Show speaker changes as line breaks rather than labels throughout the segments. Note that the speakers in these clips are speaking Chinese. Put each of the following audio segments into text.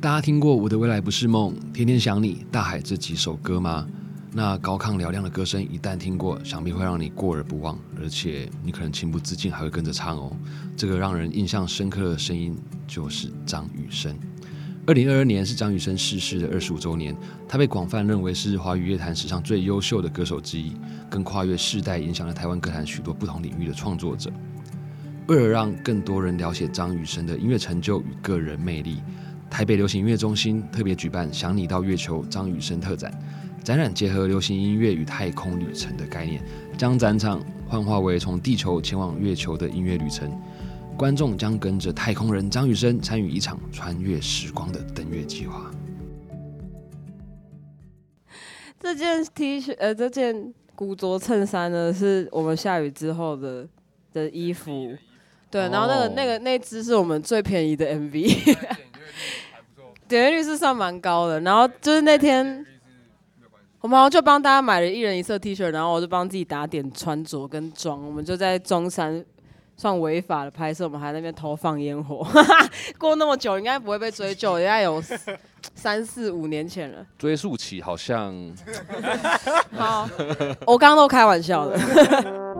大家听过《我的未来不是梦》《天天想你》《大海》这几首歌吗？那高亢嘹亮的歌声一旦听过，想必会让你过而不忘，而且你可能情不自禁还会跟着唱哦。这个让人印象深刻的声音就是张雨生。二零二二年是张雨生逝世的二十五周年，他被广泛认为是华语乐坛史上最优秀的歌手之一，更跨越世代影响了台湾歌坛许多不同领域的创作者。为了让更多人了解张雨生的音乐成就与个人魅力，台北流行音乐中心特别举办“想你到月球”张雨生特展，展览结合流行音乐与太空旅程的概念，将展场幻化为从地球前往月球的音乐旅程。观众将跟着太空人张雨生参与一场穿越时光的登月计划。
这件 T 恤，呃，这件古着衬衫呢，是我们下雨之后的的衣服。对，然后那个、
哦
那个那只是我们最便宜的 MV，点阅率是算蛮高的。然后就是那天，我们好像就帮大家买了一人一色 T 恤，然后我就帮自己打点穿着跟妆。我们就在中山算违法的拍摄，我们还在那边偷放烟火。 过那么久，应该不会被追究，应该有三四五年前了。
追溯起好像
好，我刚刚都开玩笑的。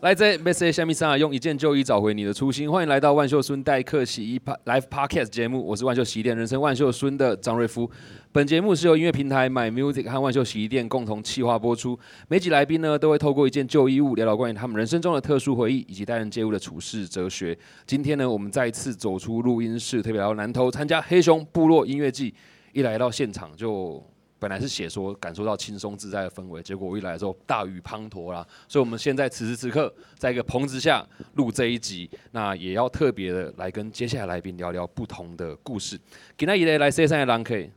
来自 Message 下面上用一件旧衣找回你的初心。欢迎来到万秀孙代客洗衣 pa- Live Podcast 节目，我是万秀洗衣店人生万秀孙的张瑞夫。本节目是由音乐平台 My Music 和万秀洗衣店共同企划播出。每集来宾呢，都会透过一件旧衣物聊聊关于他们人生中的特殊回忆以及待人接物的处事哲学。今天呢，我们再一次走出录音室，特别来到南投参加黑熊部落音乐季。一来到现场就。本来是写说感受到轻松自在的氛围，结果我一来的时候大雨滂沱啦，所以我们现在此时此刻在一个棚子下录这一集，那也要特别的来跟接下来来宾聊聊不同的故事。今天一来来 C 三的狼 K，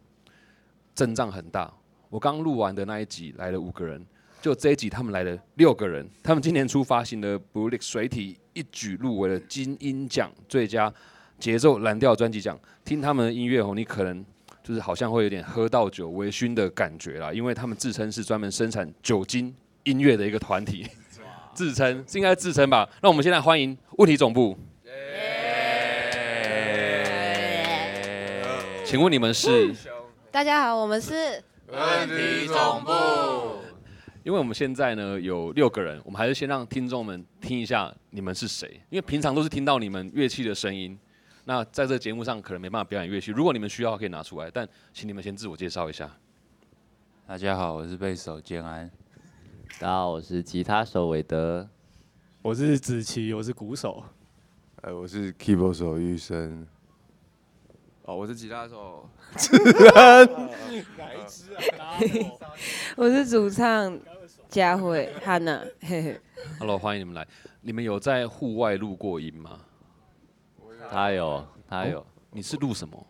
阵仗很大。我刚录完的那一集来了五个人，就这一集他们来了六个人。他们今年初发行的《Blue Lake 水体》一举入围了金鹰奖最佳节奏蓝调专辑奖。听他们的音乐哦，你可能就是好像会有点喝到酒微醺的感觉啦，因为他们自称是专门生产酒精音乐的一个团体， 自称是应该自称吧？那我们现在欢迎问题总部。请问你们是？
大家好，我们是
问题总部，
因为我们现在呢有六个人，我们还是先让听众们听一下你们是谁，因为平常都是听到你们乐器的声音，那在这节目上可能没办法表演乐器，如果你们需要可以拿出来，但请你们先自我介绍一下。
大家好，我是贝斯手建安。
大家好，我是吉他手韦德。
我是子琪，我是鼓手。
呃，我是 keyboard 手玉生，
哦，我是吉他手，
我是主唱佳慧 Hanna，嘿嘿，
Hello，欢迎你们来。你们有在户外录过音吗？
他
哦
有，他有，
你是录什么？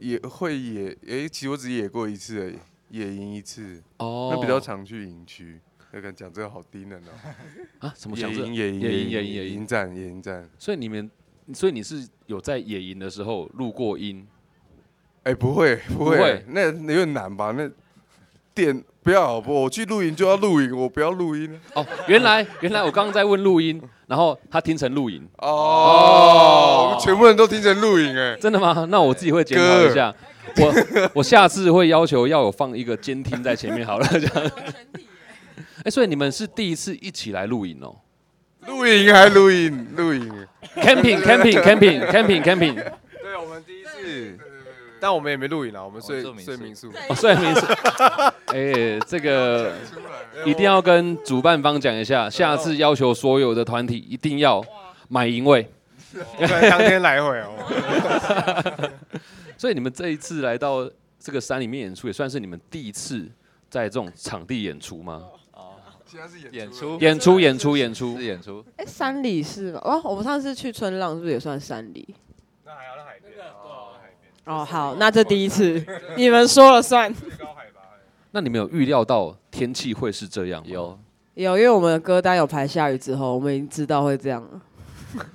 也会野，诶、其实我只野过一次而已，野营一次，
哦
那比较常去营区。那个讲这个好低能哦、
啊？什么
野
想这
营，？野营，
野营野营野
野
营
营站，野营站。
所以你们，所以你是有在野营的时候录过音？
哎、不会，不
会
会，那有点难吧？那电不要好不好？我去露营就要露营，我不要录音
哦，原来原来我刚刚在问录音，然后他听成录影，
哦。我们全部人都听成录影哎、
真的吗？那我自己会检讨一下。我我下次会要求要有放一个监听在前面好了，这样。哎、所以你们是第一次一起来录影哦
录影还录影，录影。
？Camping camping camping camping camping，
对，我们第一次，但我们也没录影啊，我们睡
我们
睡
睡
民
民
宿，
哦，虽然没事。哎、这个一定要跟主办方讲一下，下次要求所有的团体一定要买银位。
对，当天来回哦。
所以你们这一次来到这个山里面演出，也算是你们第一次在这种场地演出吗？
现在是
演
出了
出
演出，演出，演出
是。演出，
哎、山里是吗？哦，我们上次去春浪是不是也算山里？那还要到海边。哦，好，那这第一次，你们说了算。
那你们有预料到天气会是这样吗？
有。
有，因为我们的歌单有排下雨之后，我们已经知道会这样了。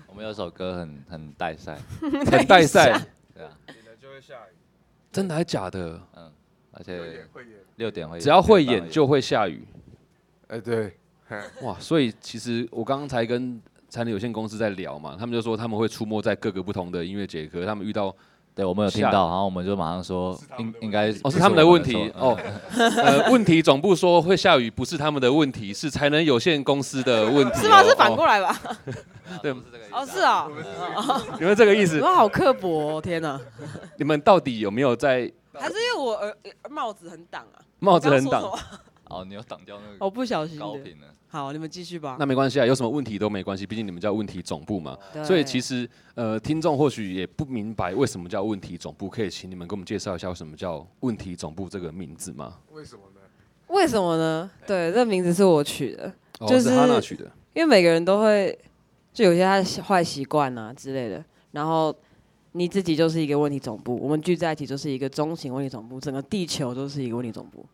我们有首歌很很带赛，
很带赛，
对啊，
点了就会下雨，
真的还假的？
嗯，而
会演
且
会演，
六点会，
只要会演就会下雨。
哎对，
哇，所以其实我刚才跟产品有限公司在聊嘛，他们就说他们会出没在各个不同的音乐节，可是他们遇到
对，我们有听
下
到，然后我们就马上说
是他们
应
的
应该
哦是
不
他们的
我
问题
错嗯
哦， 呃，问题总部说会下雨不是他们的问题，是才能有限公司的问题哦、
是吗？是反过来吧？
对
嗯
哦，是啊，
哦你们这个意
你
思？
们好刻薄、哦，天哪！
你们到底有没有在
还是因为我耳耳帽子很挡啊，
帽子很
我刚刚说
挡？
什么
哦，你有挡掉那个
我不小心
高
的。
频了，
好，你们继续吧。
那没关系啊，有什么问题都没关系，毕竟你们叫问题总部嘛。所以其
实
实呃，听众或许也不明白为什么叫问题总部，可以请你们给我们介绍一下为什么叫问题总部这个名字吗？
为什么呢？
为什么呢？对，这名字是我取的，
哦
就是
哈娜取的。
因为每个人都会，就有些他的习坏习惯啊之类的，然后你自己就是一个问题总部，我们聚在一起就是一个中型问题总部，整个地球都是一个问题总部。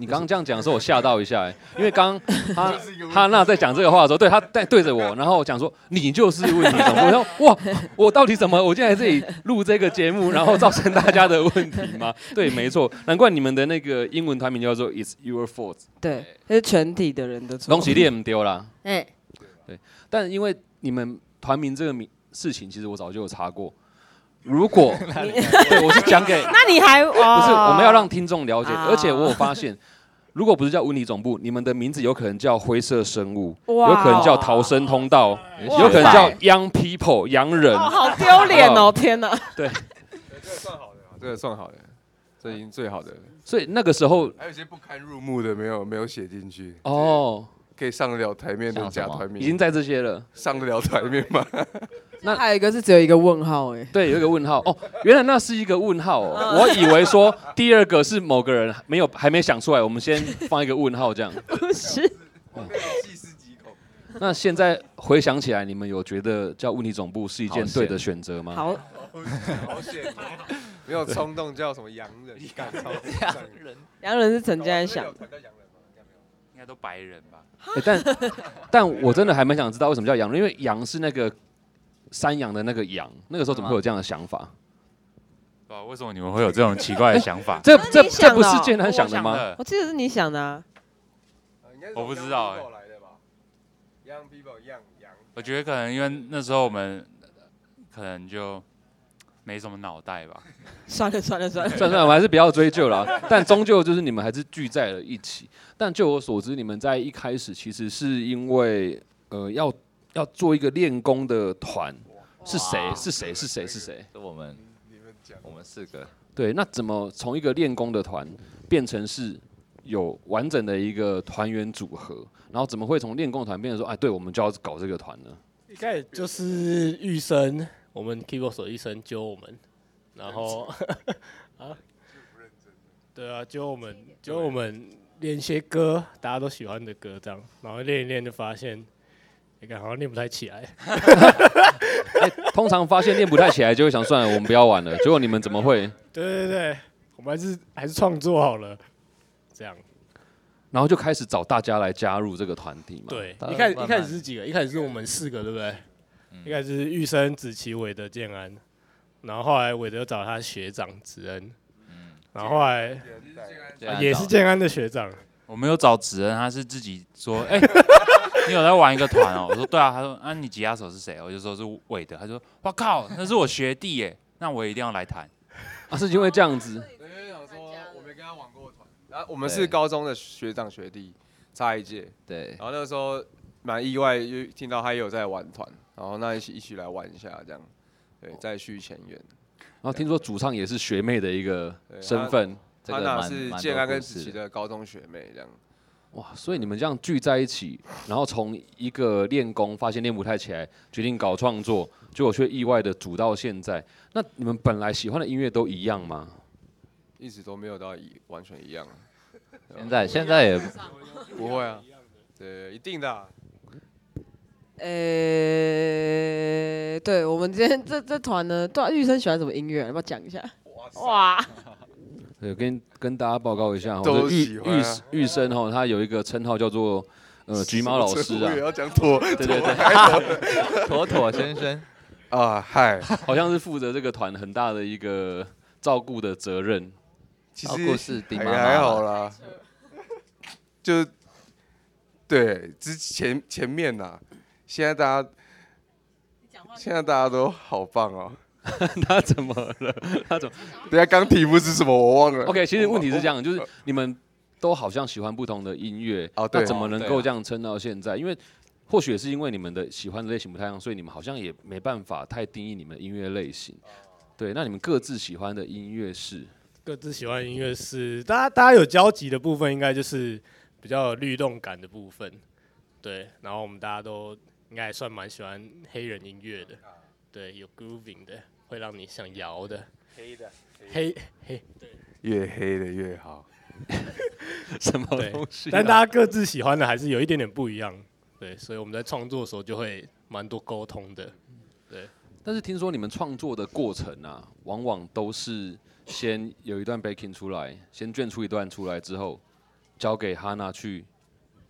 你刚刚这样讲的时候，我吓到一下、欸，因为刚刚哈哈娜在讲这个话的时候，对她在对着我，然后我讲说你就是问题总部，我说哇，我到底怎么？我现在这里录这个节目，然后造成大家的问题吗？对，没错，难怪你们的那个英文团名叫做 It's Your Fault，
对，这是全体的人的错。
恭喜练丢啦。
哎，
但因为你们团名这个名事情，其实我早就有查过。如果对我是讲给
那你还不 是
不是，我们要让听众了解，
啊
而且我有发现，如果不是叫文理总部，你们的名字有可能叫灰色生物，
哇哦
有可能叫逃生通道，
哇
有可能叫
塞
young people 洋人
哦，。好丢脸哦！天哪，
对这个算好的啊，这个算好的，这已经最好的了。
所以那个时候，
还有一些不堪入目的没有没有写进去，
哦，
可以上得了台面的
像什
假
么
团
已
名
经，在这些了。
上得了台面吗？
那
还有一个是只有一个问号哎。
对，有一个问号哦，原来那是一个问号哦，我以为说第二个是某个人没有还没想出来，我们先放一个问号这样。 哦
不是，
细思极恐。
那现在回想起来，你们有觉得叫问题总部是一件
好险
对的选择吗？
好，
好险哦， 没有冲动叫什么洋人，干超洋人，
洋人是陈家想
有，团叫洋人吗？应该没有
应该都白人吧？
欸、但但我真的还蛮想知道为什么叫羊，因为羊是那个山羊的那个羊，那个时候怎么会有这样的想法？？
不知啊道为什么你们会有这种奇怪的想 法
这
那你
这
想
这不
的
是
哦
建
我
南想的
想
吗？
的
我记得是你想的啊。
啊应该是
我不知道
从 Young people
哎
来的吧？Young people，洋洋，
我觉得可能因为那时候我们可能就没什么脑袋吧。
算了算了算 了，
算了算了，我们还是不要追究了啊。但终究就是你们还是聚在了一起。但就我所知，你们在一开始其实是因为呃要要做一个练功的团，是谁？是谁？是谁？是谁？
是我们
你们讲，
我们四个
对，那怎么从一个练功的团变成是有完整的一个团员组合？然后怎么会从练功团变成说，哎，对，我们就要搞这个团呢？
应该也就是玉生，我们 keyboard 手一生揪我们，然 后啊，对啊，揪我们揪我们练一些歌，大家都喜欢的歌，这样，然后练一练就发现，哎、感好像练不太起来，
通常发现练不太起来，就会想算了，我们不要玩了。结果你们怎么会？
对 对对，我们还是还是创作好了，这样，
然后就开始找大家来加入这个团体嘛？，
对
大，家
一开
慢慢嗯
一开始是几个？一开始是我们四个，对不对？一开始是玉生、子琪、韦德、建安，然后后来韦德找他学长子恩，
嗯
然后后来啊也是建安的学长，
我没有找子恩，他是自己 说，哎、你有在玩一个团哦？我说对啊，他说啊，你吉他手是谁？我就说是韦德，他说哇靠，那是我学弟耶，那我一定要来弹。
啊，是因为这样子，
因为想说我没跟他玩过团，然后我们是高中的学长学弟，差一届，
对
然后那个时候蛮意外，就听到他也有在玩团，然后那一起一起来玩一下这样，
哦
对，再续前缘。
然后听说主唱也是学妹的一个
对
身份，
这
他
个
那
蛮
是
蛮
建安
多
跟
故
子琪
事的，
的高中学妹这样，
哇！所以你们这样聚在一起，然后从一个练功发现练不太起来，决定搞创作，结果却意外的组到现在。那你们本来喜欢的音乐都一样吗？
一直都没有到一完全一样。
现在现在也
不会啊，对，一定的啊、
呃、对我们今天这这团呢，对、啊，玉生喜欢什么音乐啊？要不要讲一下？哇，
对，跟跟大家报告一下哦，
都
这玉
喜欢
玉
啊
玉生哈，他有一个称号叫做呃橘猫老师
我
啊
也，要讲妥，
对对对，
妥妥先生，
啊，嗨，
好像是负责这个团很大的一个照顾的责任。
其
照顾是
实
哦顶
还
妈妈
还
啦
好啦，就对之前前面呐，现在大家现在大家都好棒哦。
他怎么了？他怎么
等一下刚题目是什么我 忘了。
？OK，其实问题是这样，就是你们都好像喜欢不同的音乐，
哦
那
对
怎么能
对啊
够这样撑到现在？因为或许也是因为你们的喜欢的类型不太一样，所以你们好像也没办法太定义你们的音乐类型。对，那你们各自喜欢的音乐是
各自喜欢的音乐是，大家大家有交集的部分，应该就是比较有律动感的部分，对。然后我们大家都应该还算蛮喜欢黑人音乐的，对，有 grooving 的，会让你想摇的，黑的，黑黑。
越黑的越好。
什么
对
东西啊、
但大家各自喜欢的还是有一点点不一样，对。所以我们在创作的时候就会蛮多沟通的，
但是听说你们创作的过程啊，往往都是先有一段 baking 出来，先卷出一段出来之后，交给哈娜去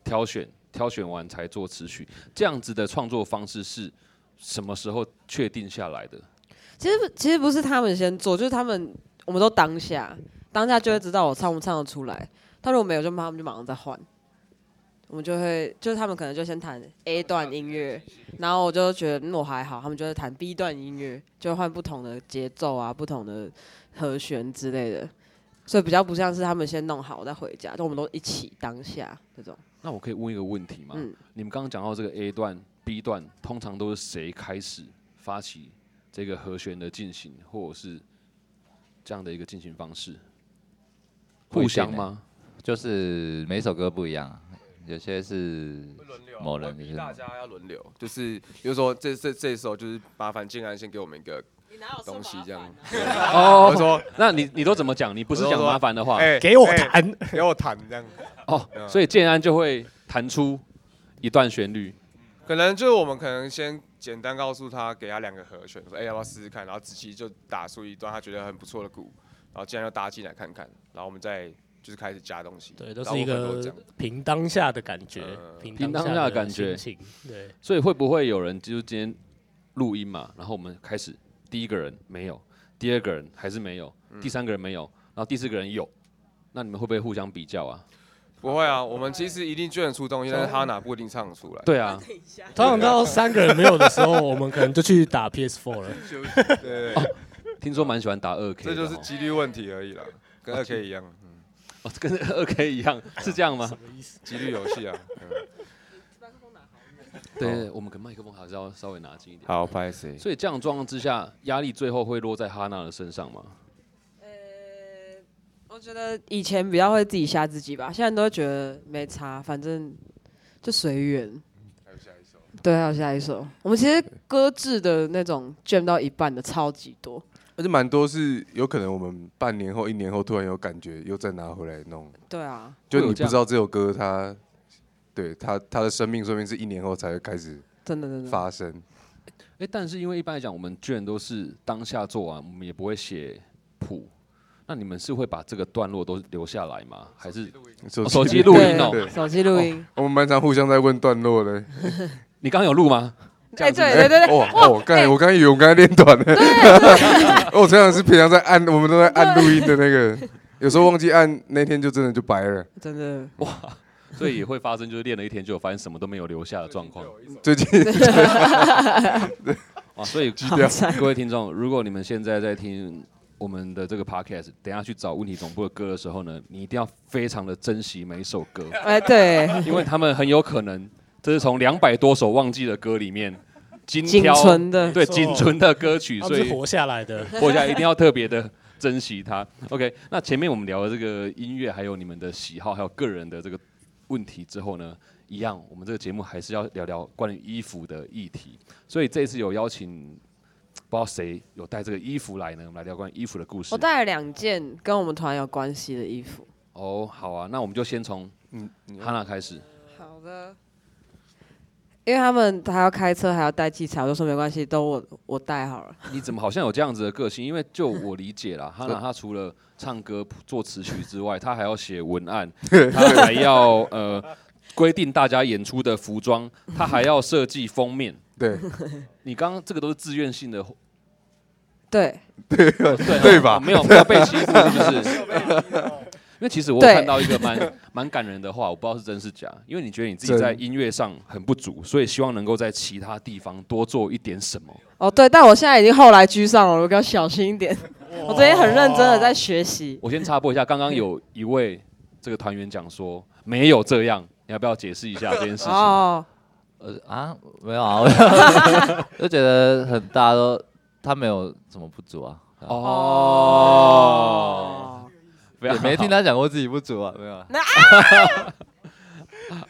挑选，挑选完才做词曲。这样子的创作方式是什么时候确定下来的？
其实不其实不是他们先做，就是他们我们都当下，当下就会知道我唱不唱得出来。但如果没有，就马他们就马上再换。我们就会就是他们可能就先弹 A 段音乐，然后我就觉得嗯我还好，他们就会弹 B 段音乐，就会换不同的节奏啊、不同的和弦之类的，所以比较不像是他们先弄好再回家，就我们都一起当下这种。
那我可以问一个问题吗？
嗯
你们刚刚讲到这个 A 段、B 段，通常都是谁开始发起这个和弦的进行，或者是这样的一个进行方式？
不一定
互相
欸
吗？
就是每首歌不一样，啊有些是
轮流啊，
某
我
人
逼
就是
大家要轮流，就是比如说这这这时候就是麻烦静安先给我们一个东西这样，
哦
我说
那你你都怎么讲？你不是讲麻烦的话
哎
给我
哎
弹。
给我弹这样，
哦，
哎
所以建安就会弹出一段旋律，
可能就是我们可能先简单告诉他，给他两个和弦，说哎、要不要试试看，然后子琪就打出一段他觉得很不错的鼓，然后竟然就搭进来看看，然后我们再就是开始加东西，
对，都
然后
是一
我们
个
这样
凭当下的感觉
呃，
凭
凭当
当
下
下
的感觉
心情对，
所以会不会有人就是今天录音嘛？然后我们开始第一个人没有，第二个人还是没有，
嗯
第三个人没有，然后第四个人有，那你们会不会互相比较啊？
不会啊，我们其实一定卷得出东西，但是哈娜不一定唱得出来。
对啊，
通常到三个人没有的时候，我们可能就去打 PS4 了。
对，
啊听说蛮喜欢打二 K，
这就是几率问题而已啦，跟二 K 一样， 嗯
哦跟二 K 一样，是这样吗？
几率游戏啊。嗯
对，我们跟麦克风还是要稍微拿近一点。
哦好，拍谁？
所以这样状况之下，压力最后会落在哈娜的身上吗？
呃，我觉得以前比较会自己吓自己吧，现在都会觉得没差，反正就随缘。对，还有下一首。我们其实搁置的那种卷到一半的超级多，
而且蛮多是有可能我们半年后、一年后突然有感觉，又再拿回来弄。
对啊，
就
会有
你
这
不
样
知道这首歌它，对它它的生命，说明是一年后才会开始
真的真的。
发生。
哎、但是因为一般来讲，我们卷都是当下做完，我们也不会写谱。那你们是会把这个段落都留下来吗？还是
手
哦手机录音哦
对，
啊手机录音。
我们蛮常互相在问段落的。
你刚刚有录吗？
哎，对对对对，
哇哦，刚才我刚才以为我们刚才练短了。 我常常是平常在按，我们都在按录音的那个，有时候忘记按，那天就真的就白了。
真的
所以也会发生，就是练了一天就有发现什么都没有留下的状况
最近
啊。所 以
好惨。
各位听众，如果你们现在在听我们的这个 podcast，等一下去找问题总部的歌的时候呢，你一定要非常的珍惜每一首歌，
哎， 对，
因为他们很有可能这是从两百多首忘记的歌里面精
仅
挑
存的。
对仅存的歌曲，
他
所
们
以
是活下来的，
我想一定要特别的珍惜它。OK，那前面我们聊了这个音乐，还有你们的喜好，还有个人的这个问题之后呢，一样，我们这个节目还是要聊聊关于衣服的议题。所以这一次有邀请，不知道谁有带这个衣服来呢，我们来聊关于衣服的故事
我。带了两件跟我们团有关系的衣服。
哦，好啊，那我们就先从
嗯
哈娜开始。
好的。因为他们还要开车，还要带器材，我就说没关系，都我我带好了。
你怎么好像有这样子的个性？因为就我理解 啦，哈娜她除了唱歌、作词曲之外，她还要写文 案，她还要呃规定大家演出的服装，她还要设计封面，
对
你刚刚这个都是自愿性 的，
对，
对
对吧
哦没有没有被欺负，是不是？因为其实我有
对
看到一个蛮 蛮感人的话，我不知道是真是假。因为你觉得你自己
真
在音乐上很不足，所以希望能够在其他地方多做一点什么。
哦对，但我现在已经后来居上了，我要小心一点。我昨天很认真的在学习。
我先插播一下，刚刚有一位这个团员讲说没有这样，你要不要解释一下这件事情？
哦，
呃啊，没有啊，我就 觉得很大家都他没有什么不足啊，
哦，不要
也没听他讲过自己不足啊，没有啊。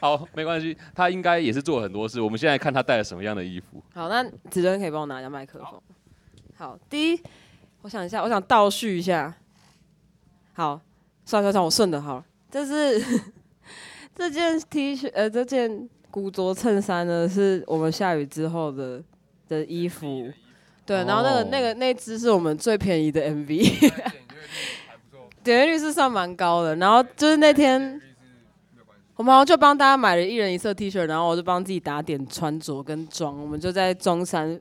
好，没关系，他应该也是做了很多事。我们现在看他带了什么样的衣服。
好，那子珍可以帮我拿一下麦克风。好，第一，我想一下，我想倒叙一下。好，算了算了算了，我顺的好了。这是 这件 T 恤，呃，这件古着衬衫呢，是我们下雨之后的的衣服。对，然后那个、那个那只是我们最便宜的 MV，点阅 率是算蛮高的。然后就是那天，我们好像就帮大家买了一人一色 T 恤，然后我就帮自己打点穿着跟妆。我们就在中山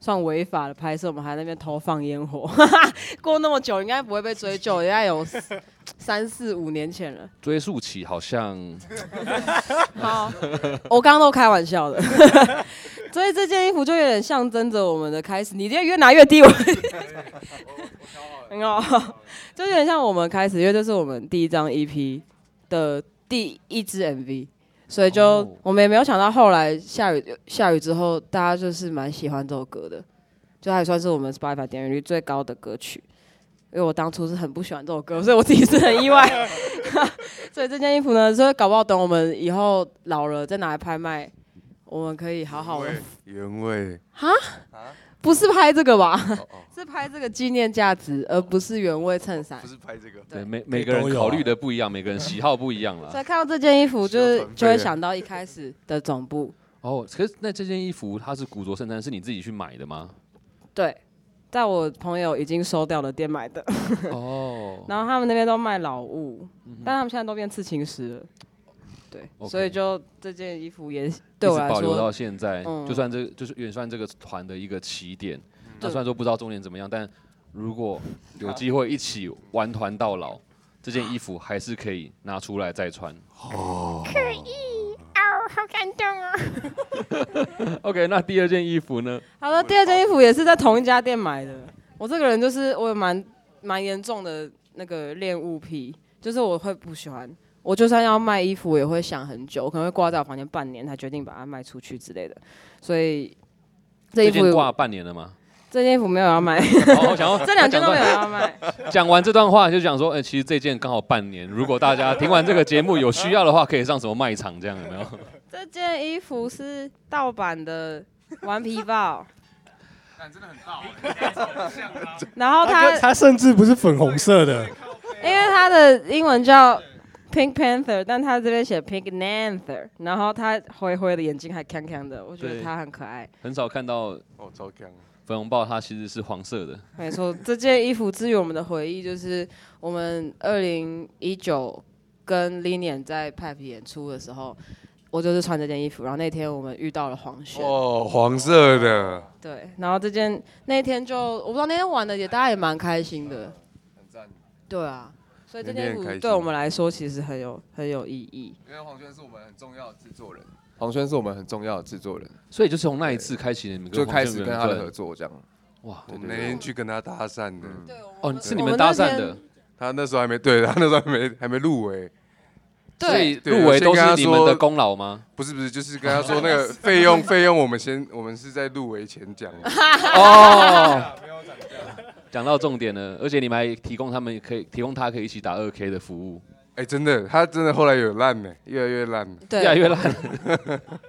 算违法的拍摄，我们还在那边偷放烟火。 过那么久，应该不会被追究，应该有三四五年前了。
追溯起好像
好，我刚刚都开玩笑的， 所以这件衣服就有点象征着我们的开始。你这越拿越低，我很好，就有点像我们开始，因为这是我们第一张 E EP 的第一支 MV，所以就
哦
我们也没有想到后来下雨下雨之后，大家就是蛮喜欢这首歌的，就还算是我们 Spotify 点阅率最高的歌曲。因为我当初是很不喜欢这首歌，所以我自己是很意外。 所以这件衣服呢，所以搞不好等我们以后老了再拿来拍卖，我们可以好好的，
原味啊
不是拍这个吧？
哦哦，
是拍这个纪念价值，而不是原味衬衫
不。是拍这个，
对
对
每每个人
都有啊
考虑的不一样，每个人喜好不一样 啦
所。以看到这件衣服，就是
需要团费
就会想到一开始的总部。
哦，可是那这件衣服它是古着衬衫，是你自己去买的吗？
对，在我朋友已经收掉的店买的，
哦，嗯
然后他们那边都卖老物，但他们现在都变刺青师了。对
OK
所以就这件衣服也对
一
我
直
来
保留到
说，
现在，
嗯
就算这就是也算这个团的一个起点。那
对
虽然说不知道终点怎么样，但如果有机会一起玩团到老，这件衣服还是可以拿出来再穿。
好感动哦！
OK，那第二件衣服呢？
好的，第二件衣服也是在同一家店买的。我这个人就是我有蛮蛮严重的那个恋物癖，就是我会不喜欢，我就算要卖衣服，我也会想很久，我可能会挂在我房间半年才决定把它卖出去之类的。所以这衣
这
服
件挂半年了吗？
这件衣服没有要卖，
哦，我想要
这两件
讲
都没有
段
要卖。
讲完这段话就讲说，哎、其实这件刚好半年。如果大家听完这个节目有需要的话，可以上什么卖场这样有没有？
这件衣服是盗版的顽皮豹，真 的很盗。然后它
他他甚至不是粉红色的，
啊因为它的英文叫 Pink Panther，但它这边写 Pink Panther，然后它灰灰的眼睛还康康的，我觉
对
得它很可爱。
很少看到
哦，超强，
粉红豹，它其实是黄色的。
没错，这件衣服之于我们的回忆，就是我们二零一九跟 Linian 在 Pep 演出的时候，我就是穿这件衣服，然后那天我们遇到了黄轩，
哦，黄色的，
对，然后这件那天就我不知道那天玩的也大家也蛮开心的，
很赞。
对啊，所以这件
那天
衣
很开
服
心
对我们来说其实很有很有意义。
因为黄轩是我们很重要的制作人，黄轩是我们很重要的制作人，
所以就是从那一次开启，你们
就
黄
开
轩
始
有
跟他的
缘
合作这样。
分哇。
我们那天去跟他搭讪的，
嗯
对，我
哦，
们
是你们搭讪的，，
他那时候还没对，他 那时候还没还没入围，
对
所以
对
入围
我先
都
跟
是
他
你们的
说
功劳吗？
不是不是，就是跟他说那个费用费用，我们先我们是在入围前讲的，
哦，讲到重点了，而且你们还提供他们可以提供他可以一起打二 K 的服务，
哎，真的，他真的后来有烂呢，越来越烂了。
对，
越来越烂。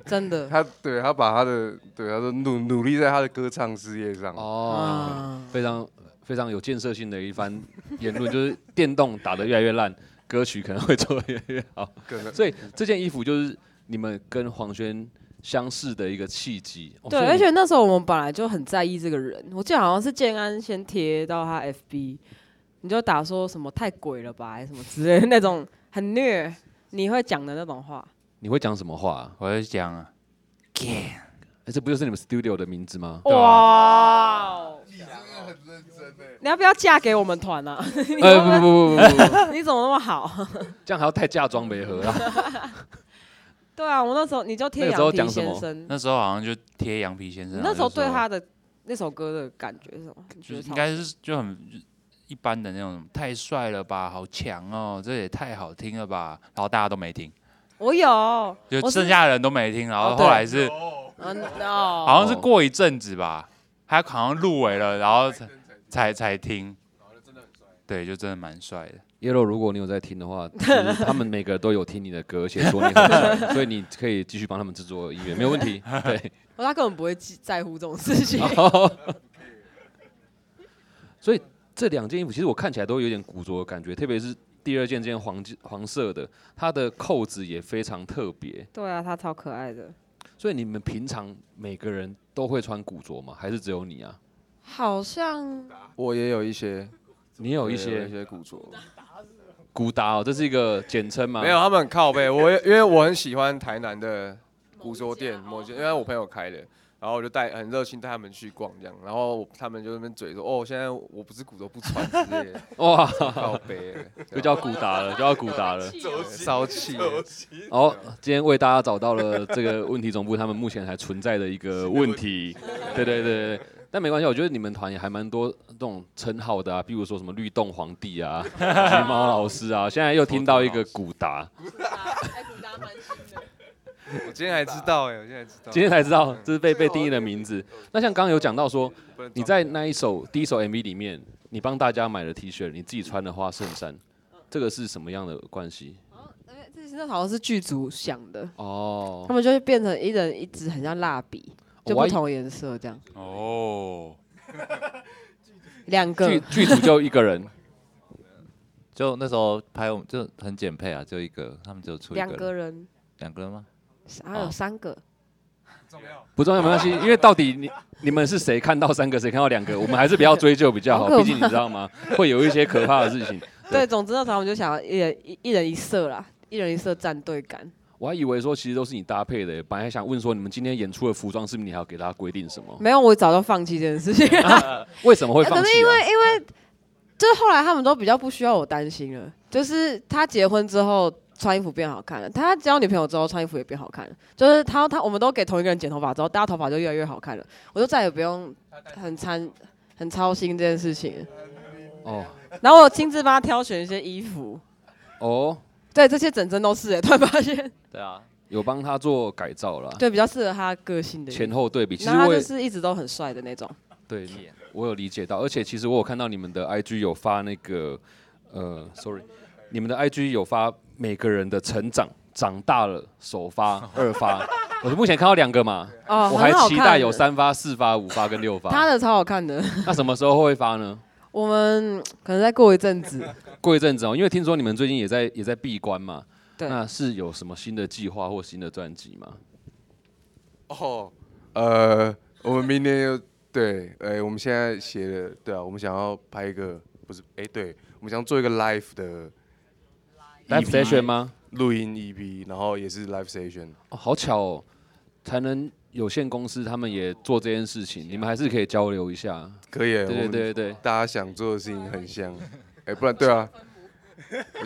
真的
他对他把他的对他说努努力在他的歌唱事业上，
哦，
啊，
非常非常有建设性的一番言论，就是电动打得越来越烂，歌曲可能会做得越来越 好。
可能
所以这件衣服就是你们跟黄轩相识的一个契机。哦
对，
所以
而
你
且那时候我们本来就很在意这个人，我记得好像是建安先贴到他 FB，你就打说什么太鬼了吧，还是什么之类的那种很虐，你会讲的那种话。
你会讲什么话啊？
我就讲啊，
哎，这不就是你们 studio 的名字吗？
对啊
哇哦！你要不要嫁给我们团啊？ 你
呃，
怎么
不不不不不不，
你怎么那么好？
这样还要带嫁妆没合啊？
对啊，我那时候你就贴
那个时候
羊皮
讲什么嗯
先生，
那时候好像就贴羊皮先生。
你那时候对
然后
他的那首歌的感觉是什么？你觉得
就说就是应该是就很就一般的那种，太帅了吧，好强哦，这也太好听了吧，然后大家都没听，
我有，啊
就
我是
剩下的人都没听，然
哦
后
对
后来是
嗯哦，
好像是过一阵子吧，他好像入围了，然后才才才听，对，就真的蛮帅的。
Yellow，如果你有在听的话，就是他们每个都有听你的歌，而且说你很帅，所以你可以继续帮他们制作音乐，没有问题。对，
我他根本不会记在乎这种事情。
所以这两件衣服其实我看起来都有点古着的感觉，特别是第二件这件黄金黄色的，它的扣子也非常特别。
对啊，他超可爱的。
所以你们平常每个人都会穿古着吗？还是只有你啊？
好像
我也有一些，
你有
我
一
也有一
些
些古着，
古达哦，这是一个简称吗？
没有，他们很靠背。我也因为我很喜欢台南的古着店，某些因为我朋友开的，然后我就带很热心带他们去逛这样，然后他们就在那边嘴说：“哦，现在我不是古着不穿之类 的，
哇，
靠背了。这样”
就叫古达了，就叫古达了。
骚气。
好，今天为大家找到了这个问题总部他们目前还存在的一个问题，对对对对。但没关系，我觉得你们团也还蛮多这种称号的啊，比如说什么律动皇帝 啊、橘猫老师啊，现在又听到一个古 达，
我今天还知道哎、我今天还知道。
今天才知道这是被被定义的名 字。那像刚刚有讲到说，
不能撞
你在那一首第一首 MV 里面，你帮大家买了 T 恤，你自己穿的花衬衫，这个是什么样的关系？
这些好像是剧组想的，
哦哦
他，们就是变成一人一支，很像蜡笔，就
我
不
还
同颜色这样，
哦，
两
剧
个。
剧组就一个人，
就那时候拍我们就很简配啊，就一个，他们只有出一
两
个
个
人，
人，
两个人吗？
还有
哦
三个，
不重要，没关系，因为到底你你们是谁看到三个，谁看到两个，我们还是不要追究比较
好
好
可。怕
毕竟你知道吗？ 会有一些可怕的事情。对
对，总之那时候我们就想要一人一一人一色啦，一人一色战队感。
我还以为说其实都是你搭配的，本来还想问说你们今天演出的服装是不是你还要给大家规定什么？
没有，我早就放弃这件事情了。
为什么会
欸
放
嗯可
弃、
是因为
啊？
因为就是后来他们都比较不需要我担心了，就是他结婚之后穿衣服变好看了，他交女朋友之后穿衣服也变好看了，就是他他我们都给同一个人剪头发之后，大家头发就越来越好看了，我就再也不用很参很操心这件事情了。
哦
然后我亲自帮他挑选一些衣服，
哦，
对，这些整真都是、欸，突然发现，
对啊，
有帮他做改造啦，
对，比较适合他个性的衣服。
前后对比。其实
然后他
我
就
也
是一直都很帅的那种，
对，我有理解到，而且其实我有看到你们的 IG 有发那个，呃，sorry，你们的 IG 有发每个人的成长，长大了首发、二发，我目前看到两个嘛，
哦，
我还
很好
期
看
待
的
有，三发、四发、五发跟六
他
发。
的超好 看的，
那什么时候会发呢？
我们可能再过一阵子，
过一阵子哦，因为听说你们最近也在也在闭关嘛。
对
那是有什么新的计划或新的专辑吗？
哦，呃，我们明年又对，哎、我们现在写的，对啊，我们想要拍一个，不是，哎、对，我们想做一个 live 的
live session 吗？
录音
E
EP，然后也是 live session，
哦，好巧哦，才能有限公司他们也做这件事情，你们还是可以交流 一下。
可以，
对
我
对
们
对对。
大家想做的事情很像， 哎、不然对啊，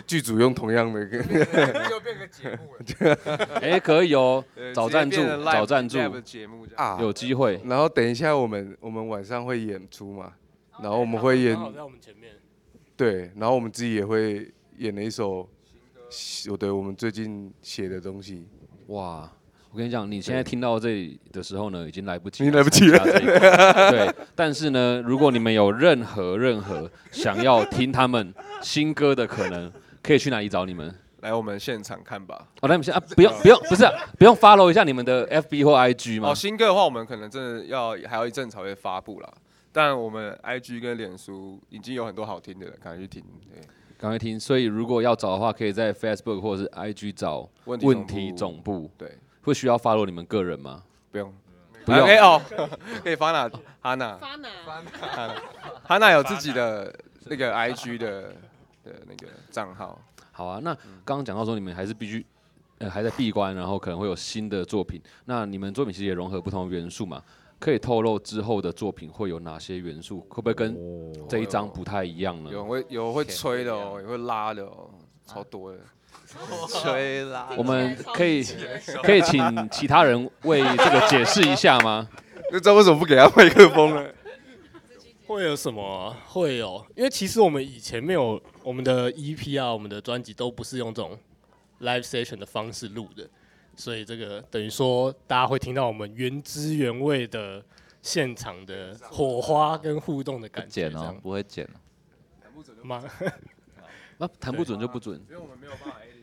剧组用同样的 歌，
哎、可以哦，找赞助
直接变成 live-
找赞助
live 的节目这样。
啊，
有机会。
然后等一下我们我们晚上会演出嘛，然后我们会演
刚好在我们前面，
对，然后我们自己也会演了一首，我对我们最近写的东西，
哇，我跟你讲，你现在听到这里的时候呢，已经来不及，
已经来不及了。
对，但是呢，如果你们有任何任何想要听他们新歌的可能，可以去哪里找你们？
来，我们现场看吧。
哦，那你们先啊，不用不用，不是啊、不用 follow 一下你们的 FB 或 IG 吗
哦，？新歌的话，我们可能真的要还要一阵才会发布啦。但我们 IG 跟脸书已经有很多好听的了，赶快去听。对，
赶快听。所以如果要找的话，可以在 Facebook 或者是 IG 找
问题
问题总
总部
部。
对，
会需要 follow 你们个人吗？
不用
不用
哎哦， 可以发哪？哈娜，
发哪？
哈娜有自己的那个 IG 的的那个账号。
嗯
好啊，那刚刚讲到说你们还是必须，呃还在闭关，然后可能会有新的作品。那你们作品其实也融合不同元素嘛，可以透露之后的作品会有哪些元素？会不会跟
哦
这一张不太一样呢？
嗯
有会有会吹的哦，有会拉的
啊
哦，超多的。
吹啦，
我们可以可以请其他人为这个解释一下 吗？
那知道为什么不给他麦克 风了？
会有什么啊、会有，因为其实我们以前没有我们的 EP 啊，我们的专辑都不是用这种 live session 的方式录的，所以这个等于说大家会听到我们原汁原味的现场的火花跟互动的
不
感觉，
剪
这
哦
样，
不会剪哦。
吗？
啊，弹不准就不准。
嗯因为我们没有办法 edit。
啊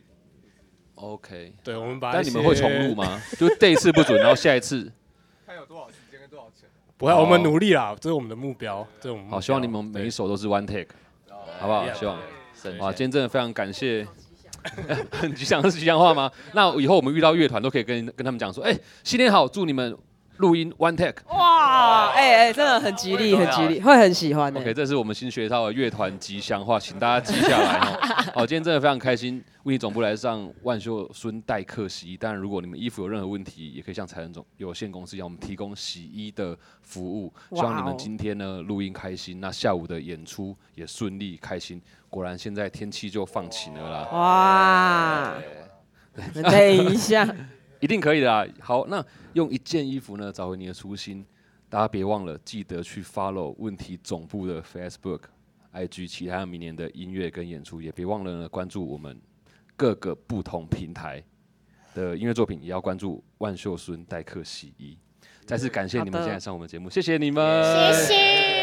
OK，
对，我们把
但
一
你
些
们会重录？吗？就这一次不准，然后下一次
看有多少时间跟多少钱。
不会，我们
哦
努力啦，这是我们的目标，这是我们目
好，希望你
标
们每
嗯对
一首都是 one take，好不好？希望。
省
哇，
钱
今天真的非常感谢。 很吉祥是吉祥话吗？那以后我们遇到乐团都可以跟跟他们讲说，哎、新年好，祝你们录音 one take。
哇，哎哎，真的很吉利，很吉利，会很喜欢的。
OK，这是我们新学到的乐团吉祥话，请大家记下来哦。 好，今天真的非常开心，为你总部来上万秀孙代客洗衣。当然，如果你们衣服有任何问题，也可以像财神总有限公司一样，我们提供洗衣的服务。希望你
哇
们
哦
今天呢录音开心，那下午的演出也顺利开心。果然现在天气就放晴了啦。
哇，等一下，
一定可以的啊！好，那用一件衣服呢找回你的初心，大家别忘了记得去 follow 问题总部的 Facebook、IG，其他明年的音乐跟演出也别忘了呢关注我们各个不同平台的音乐作品，也要关注万秀孙代客洗衣。再次感谢你
好
们
的
今天来上我们节目，谢谢你们，
谢谢。